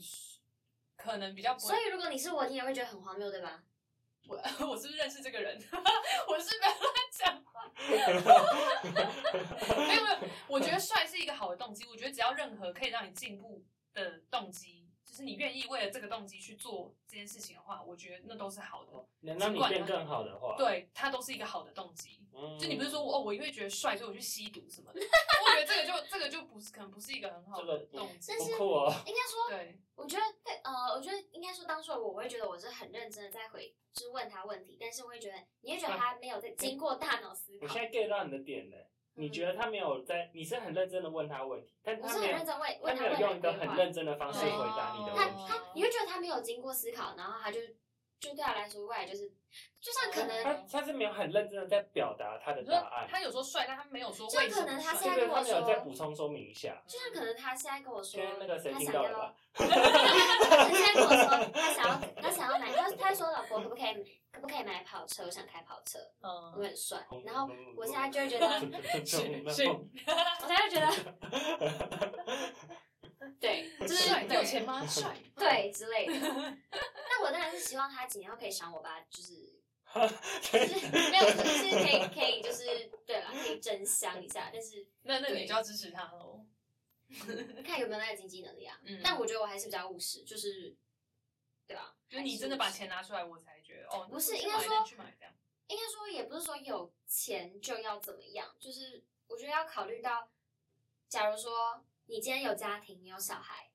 [SPEAKER 2] 可能比较不
[SPEAKER 3] 所
[SPEAKER 2] 会。
[SPEAKER 3] 以如果你是我，你也会觉得很荒谬，对吧？
[SPEAKER 2] 我我是不是认识这个人？ <laughs> 我是不要乱讲话。 <laughs> 没有没有，我觉得帅是一个好的动机。我觉得只要任何可以让你进步的动机，就是你愿意为了这个动机去做这件事情的话，我觉得那都是好的。
[SPEAKER 1] 能让你变更好的话，，
[SPEAKER 2] 对，它都是一个好的动机。
[SPEAKER 1] 嗯
[SPEAKER 2] 就你不是说我哦，我因为觉得帅，所以我去吸毒什么的。我觉得这个就这个就不是可能不是一个很好
[SPEAKER 1] 这个
[SPEAKER 2] 的
[SPEAKER 1] 不
[SPEAKER 2] 动机。
[SPEAKER 3] 但是
[SPEAKER 1] 不酷哦，
[SPEAKER 3] 应该说，
[SPEAKER 2] 对，
[SPEAKER 3] 我觉得对，呃，我觉得应该说，当初我会觉得我是很认真的在回，就是问他问题，但是我会觉得，你会觉得他没有在经过大脑思
[SPEAKER 1] 我
[SPEAKER 3] 考
[SPEAKER 1] 现。在 get 到你的点了。你觉得他没有在，你是很认真的问他问题，但
[SPEAKER 3] 嗯我
[SPEAKER 1] 他
[SPEAKER 3] 是
[SPEAKER 1] 没
[SPEAKER 3] 很
[SPEAKER 1] 有
[SPEAKER 3] 认，真问
[SPEAKER 1] 他
[SPEAKER 3] 问
[SPEAKER 1] 没
[SPEAKER 3] 他
[SPEAKER 1] 有
[SPEAKER 3] 问
[SPEAKER 1] 用一
[SPEAKER 3] 的哦
[SPEAKER 1] 个
[SPEAKER 3] 规
[SPEAKER 1] 很
[SPEAKER 3] 划，
[SPEAKER 1] 认真的方式回答你的
[SPEAKER 3] 他
[SPEAKER 1] 问题。
[SPEAKER 3] 他，你会觉得他没有经过思考，然后他就就对他来说，未来就是就算可
[SPEAKER 1] 他
[SPEAKER 3] 能，
[SPEAKER 1] 他是没有很认真的在表达他的
[SPEAKER 2] 你说
[SPEAKER 1] 答案，
[SPEAKER 2] 他有说帅，但他没有说
[SPEAKER 3] 就
[SPEAKER 2] 为什
[SPEAKER 3] 可
[SPEAKER 2] 么
[SPEAKER 3] 能他
[SPEAKER 2] 帅
[SPEAKER 3] 现在
[SPEAKER 1] 这
[SPEAKER 3] 跟
[SPEAKER 1] 个
[SPEAKER 3] 我
[SPEAKER 1] 他没有再
[SPEAKER 3] 说
[SPEAKER 1] 补充说明一下。
[SPEAKER 3] 就算可能他现在跟我说
[SPEAKER 1] 现在那个谁
[SPEAKER 3] 他
[SPEAKER 1] 听
[SPEAKER 3] 想
[SPEAKER 1] 到
[SPEAKER 3] 要
[SPEAKER 1] 了，吧？
[SPEAKER 3] 他现在跟我说他想要他想要买，他他说老婆可不可以可不可以买跑车？我想开跑车，我
[SPEAKER 2] 嗯，
[SPEAKER 3] 很帅。
[SPEAKER 1] 哦
[SPEAKER 3] 然后我现在就会
[SPEAKER 1] <laughs>
[SPEAKER 3] 觉得，
[SPEAKER 2] 是是，
[SPEAKER 3] 我才会觉得，
[SPEAKER 1] <laughs>
[SPEAKER 3] 对，就是
[SPEAKER 2] 帅
[SPEAKER 3] 对
[SPEAKER 2] 有钱吗？帅，
[SPEAKER 3] 对之类的。但我当然是希望他几年后可以赏我吧，就是就是没有，就是可
[SPEAKER 1] 哦
[SPEAKER 3] 以可以就是对了，可以真香一下，但是
[SPEAKER 2] 那那你
[SPEAKER 3] 对
[SPEAKER 2] 就要支持他喽。
[SPEAKER 3] 看有没有那个经济能力啊。
[SPEAKER 2] 嗯
[SPEAKER 3] 但我觉得我还是比较务实，就是对吧？
[SPEAKER 2] 就是你真的把钱拿出来，我才觉得哦，
[SPEAKER 3] 不是
[SPEAKER 2] 那去
[SPEAKER 3] 应该
[SPEAKER 2] 买
[SPEAKER 3] 说
[SPEAKER 2] 那去买这样。
[SPEAKER 3] 应该说也不是说有钱就要怎么样，就是我觉得要考虑到，假如说你今天有家庭，你有小孩，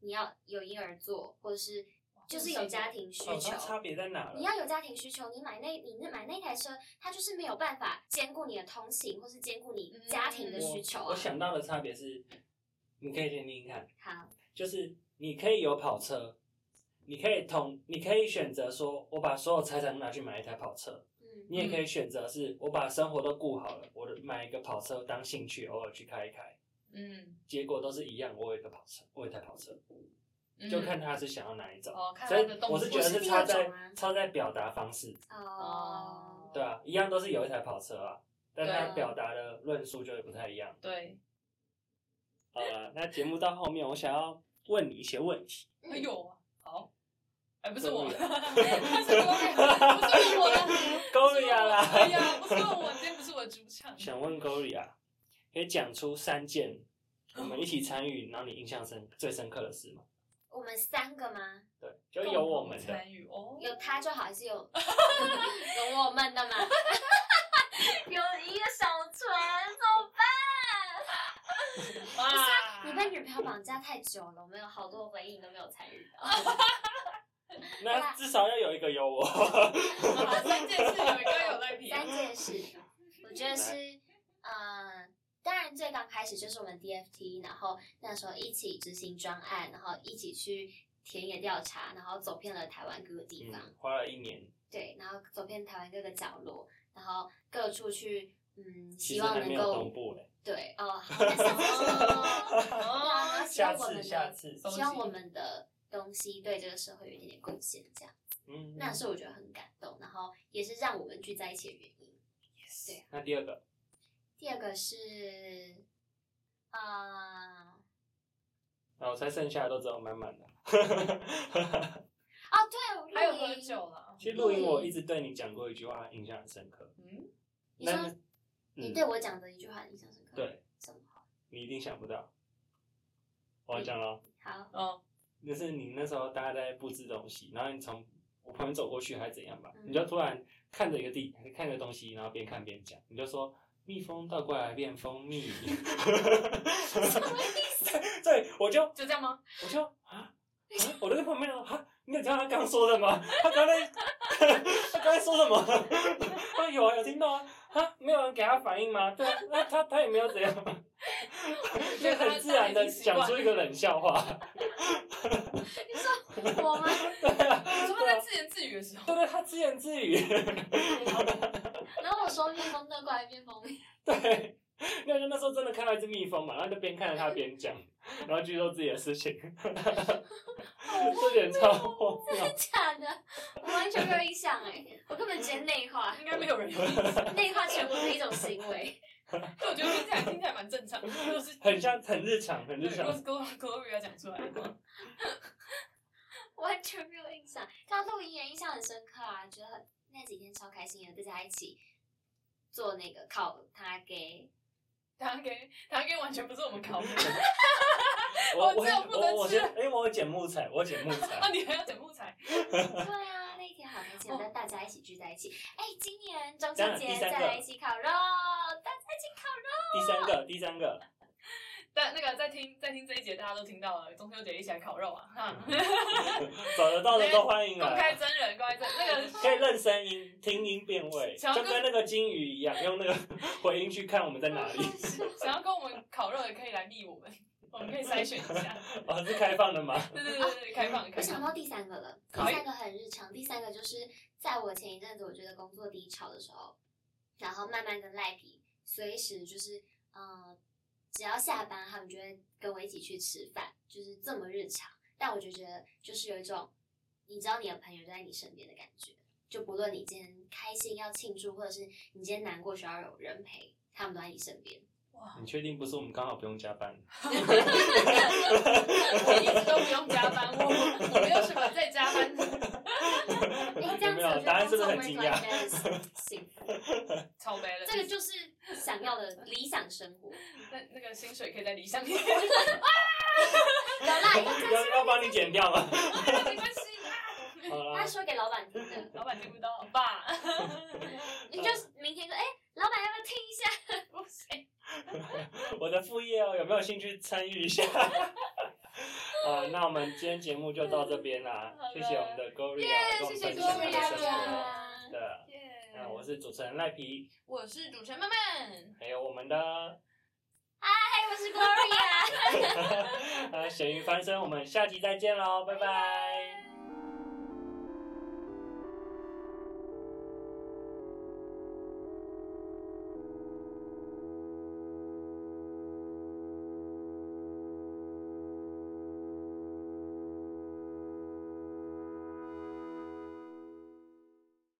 [SPEAKER 3] 你要有婴儿座，或者是就是有家庭需
[SPEAKER 1] 哦，
[SPEAKER 3] 求
[SPEAKER 1] 那。差别在哪
[SPEAKER 3] 你
[SPEAKER 1] 了？
[SPEAKER 3] 要有家庭需求，你买那你那买那台车，它就是没有办法兼顾你的通行，或是兼顾你家庭的需求
[SPEAKER 1] 嗯我
[SPEAKER 3] 啊。
[SPEAKER 1] 想到的差别是，你可以听听看，
[SPEAKER 3] 好，
[SPEAKER 1] 就是你可以有跑车，你可以同，你可以选择说，我把所有财产都拿去买一台跑车，
[SPEAKER 3] 嗯
[SPEAKER 1] 你也可以选择是我把生活都顾好了，我的买一个跑车当兴趣，偶尔去开一开，
[SPEAKER 2] 嗯，
[SPEAKER 1] 结果都是一样，我有一个跑车，我有一台跑车，
[SPEAKER 2] 嗯
[SPEAKER 1] 就看他是想要哪一种。
[SPEAKER 2] 哦，看
[SPEAKER 1] 所
[SPEAKER 2] 他
[SPEAKER 1] 以
[SPEAKER 2] 的动
[SPEAKER 1] 我
[SPEAKER 2] 作
[SPEAKER 1] 是觉得是差
[SPEAKER 3] 不是第
[SPEAKER 1] 在
[SPEAKER 3] 二种啊
[SPEAKER 1] 差在表达方式，
[SPEAKER 3] 哦，
[SPEAKER 1] 对啊，一样都是有一台跑车啊，但
[SPEAKER 2] 对
[SPEAKER 1] 他
[SPEAKER 2] 啊
[SPEAKER 1] 表达的论述就会不太一样。
[SPEAKER 2] <laughs> 对，
[SPEAKER 1] 好了，那节目到后面，我想要问你一些问题。
[SPEAKER 2] 哎呦，好，哎，不是我，
[SPEAKER 1] 够
[SPEAKER 2] 不
[SPEAKER 1] 了
[SPEAKER 2] 是我，不
[SPEAKER 1] <laughs>
[SPEAKER 2] 是我的，
[SPEAKER 1] 高丽
[SPEAKER 2] 不是
[SPEAKER 1] 亚
[SPEAKER 2] 我哎
[SPEAKER 1] 啦，
[SPEAKER 2] 呀，不是我，今天不是我的主场。
[SPEAKER 1] <laughs> 想问高丽亚，可以讲出三件我们一起参与，然后你印象深最深刻的事吗？
[SPEAKER 3] 我们三个吗？
[SPEAKER 1] 对，就有我们
[SPEAKER 2] 共同
[SPEAKER 1] 的，
[SPEAKER 2] 参与哦，
[SPEAKER 3] 有他就好，还
[SPEAKER 1] <laughs>
[SPEAKER 3] 是有有我们的嘛？ <laughs> 有一个小船，怎么办？
[SPEAKER 2] 哇，
[SPEAKER 3] 啊你被女朋友绑架太久了，我们有好多回忆你都没有参与到。 <laughs>
[SPEAKER 1] 那至少要有一个有我。
[SPEAKER 2] 啊三件事有一个有啊在比，
[SPEAKER 3] 三件事，我觉得是，呃，当然最刚开始就是我们 DFT，然后那时候一起执行专案，然后一起去田野调查，然后走遍了台湾各个地方。
[SPEAKER 1] 嗯，花了一年，
[SPEAKER 3] 对，然后走遍台湾各个角落，然后各处去，嗯，
[SPEAKER 1] 其
[SPEAKER 3] 希
[SPEAKER 1] 实
[SPEAKER 3] 望
[SPEAKER 1] 还没
[SPEAKER 3] 能
[SPEAKER 1] 有
[SPEAKER 3] 够
[SPEAKER 1] 同步嘞。
[SPEAKER 3] 对哦，好那下次哦对啊
[SPEAKER 2] 哦
[SPEAKER 3] 然后希
[SPEAKER 1] 下
[SPEAKER 3] 望我
[SPEAKER 1] 次，
[SPEAKER 3] 们
[SPEAKER 1] 下
[SPEAKER 3] 的
[SPEAKER 1] 次，
[SPEAKER 2] 收
[SPEAKER 3] 希望
[SPEAKER 2] 集
[SPEAKER 3] 我们的东西对这个社会有一点点贡献，这样，
[SPEAKER 1] 嗯，
[SPEAKER 3] 那是我觉得很感动，然后也是让我们聚在一起的原因。对
[SPEAKER 1] 那第二个，
[SPEAKER 3] 第二个是，啊、
[SPEAKER 1] 那我猜剩下的都只有满满的。 <laughs>
[SPEAKER 3] 哦，对，
[SPEAKER 2] 还有
[SPEAKER 3] 露
[SPEAKER 2] 喝
[SPEAKER 3] 营，
[SPEAKER 2] 酒了，
[SPEAKER 1] 其实录音我一直对你讲过一句话，印象很深刻。
[SPEAKER 2] 嗯，
[SPEAKER 3] 嗯你说
[SPEAKER 1] 那
[SPEAKER 3] 你
[SPEAKER 1] 嗯
[SPEAKER 3] 对我讲的一句话印象深刻，
[SPEAKER 1] 对，
[SPEAKER 3] 什么话？
[SPEAKER 1] 你一定想不到。我要讲了哦。
[SPEAKER 3] 好，
[SPEAKER 2] 哦，
[SPEAKER 1] 就是你那时候大家在布置东西，然后你从我旁边走过去还是怎样吧，
[SPEAKER 3] 嗯
[SPEAKER 1] 你就突然看着一个地，看着东西，然后边看边讲，你就说蜜蜂倒过来变蜂蜜， <laughs> 对，我就
[SPEAKER 2] 就这样吗？
[SPEAKER 1] 我就啊啊，我就在 <laughs> 旁边说啊，你有听到他刚说什么？他刚才他刚才说什么？啊，有啊，有听到啊，啊，没有人给他反应吗？对啊，那他他也没有怎样，就很自然的讲出一个冷笑话。
[SPEAKER 3] 你说我吗？
[SPEAKER 2] 你说他在自言自语的时候
[SPEAKER 1] 对，对，他自言自语。
[SPEAKER 3] 然后我说面风乐过来面风，
[SPEAKER 1] <laughs> 对，那就那时候真的看到一只蜜蜂嘛，然后就边看着它边讲，然后去做自己的事情，这点超荒谬。
[SPEAKER 3] 假的，我完全没有印象哎，我根本直接内化，
[SPEAKER 2] 应该没有人有 <laughs> 意见，
[SPEAKER 3] 内化全部是一种行为，
[SPEAKER 2] 但我觉得听起来听起来蛮正常的，就是
[SPEAKER 1] 很像很日常，很
[SPEAKER 2] 对，
[SPEAKER 1] 日
[SPEAKER 2] 如
[SPEAKER 1] 常
[SPEAKER 2] 果。是 Gloria Gloria 讲出来的话，
[SPEAKER 3] 完全没有印象。看到录音也印象很深刻啊，觉得很那几天超开心的，大家一起做那个烤他给
[SPEAKER 2] 他给他给完全不是我们考虑的。 <laughs>
[SPEAKER 1] 我
[SPEAKER 2] 我只有不能
[SPEAKER 1] 我我
[SPEAKER 2] 吃
[SPEAKER 1] 先，因为我有捡木材，我有捡木材
[SPEAKER 2] 啊，。 <laughs> 你还要讲木材？
[SPEAKER 3] <laughs> 对啊，那一天好开心，跟大家一起聚在一起。哎、今年中
[SPEAKER 1] 哦当然第
[SPEAKER 3] 秋节
[SPEAKER 1] 三
[SPEAKER 3] 再
[SPEAKER 1] 个
[SPEAKER 3] 来一起烤肉，大家一起烤肉。
[SPEAKER 1] 第三个，第三个，
[SPEAKER 2] 但那个在听在听这一节，大家都听到了，中秋节一起来烤肉啊，哈，
[SPEAKER 1] 嗯找得到的都欢迎
[SPEAKER 2] 公开
[SPEAKER 1] 来，
[SPEAKER 2] 真人，公开真那
[SPEAKER 1] <laughs>
[SPEAKER 2] 个
[SPEAKER 1] 可以认声音、听音辨位，
[SPEAKER 2] 小哥
[SPEAKER 1] 就跟那个金鱼一样，用那个回音去看我们在哪里。
[SPEAKER 2] 想要跟我们烤肉的可以来密我们，我们可以筛选一下。
[SPEAKER 1] 哦，是开放的吗？
[SPEAKER 2] 对对对对，开放
[SPEAKER 3] 我
[SPEAKER 2] 开
[SPEAKER 3] 想
[SPEAKER 2] 放。
[SPEAKER 3] 到第三个了，第
[SPEAKER 2] 好
[SPEAKER 3] 三个很日常。第三个就是在我前一阵子我觉得工作低潮的时候，然后慢慢跟赖皮，随时就是呃，只要下班，他们就会跟我一起去吃饭，就是这么日常。但我就觉得就是有一种，你知道你的朋友就在你身边的感觉，就不论你今天开心要庆祝，或者是你今天难过需要有人陪，他们都在你身边。
[SPEAKER 2] 哇，
[SPEAKER 1] 你确定不是我们刚好不用加班？
[SPEAKER 2] 我一直都不用加班，我我没有什么在加班。
[SPEAKER 1] <laughs>
[SPEAKER 3] 哎，这
[SPEAKER 1] 有没
[SPEAKER 3] 样子
[SPEAKER 1] 有
[SPEAKER 3] 我觉
[SPEAKER 1] 答案
[SPEAKER 3] 得
[SPEAKER 1] 是不是很
[SPEAKER 3] 工作
[SPEAKER 1] 惊
[SPEAKER 3] work
[SPEAKER 1] 讶
[SPEAKER 3] life balance 幸福。
[SPEAKER 2] 超没了，
[SPEAKER 3] <laughs> 这个就是想要的理想生 <laughs> 活。
[SPEAKER 2] 那那个薪水可以在理想里，
[SPEAKER 3] 有啦，有
[SPEAKER 1] 要要帮你剪掉吗？
[SPEAKER 2] <laughs> 没关系，
[SPEAKER 1] 好啦
[SPEAKER 3] <laughs> 他，说给老板听的，
[SPEAKER 2] 老板听不到吧？
[SPEAKER 3] 你就明天说，哎、老板要不要听一下？
[SPEAKER 1] 啊
[SPEAKER 2] 不行，
[SPEAKER 1] <laughs> 我的副业哦，有没有兴趣参与一下？ <laughs> 啊，那我们今天节目就到这边啦
[SPEAKER 2] 嗯好，的
[SPEAKER 1] 谢谢我们的 Gloria，跟我
[SPEAKER 2] 谢
[SPEAKER 1] 们
[SPEAKER 2] 谢
[SPEAKER 1] 分享她的生
[SPEAKER 2] Gloria
[SPEAKER 1] 活。对，
[SPEAKER 2] 耶
[SPEAKER 1] 那我是主持人赖皮，
[SPEAKER 2] 我是主持人曼曼，
[SPEAKER 1] 还有我
[SPEAKER 2] <laughs>
[SPEAKER 1] 们的
[SPEAKER 3] 嗨，啊我是 Gloria。
[SPEAKER 1] 呃咸鱼翻身，我们下期再见喽，拜拜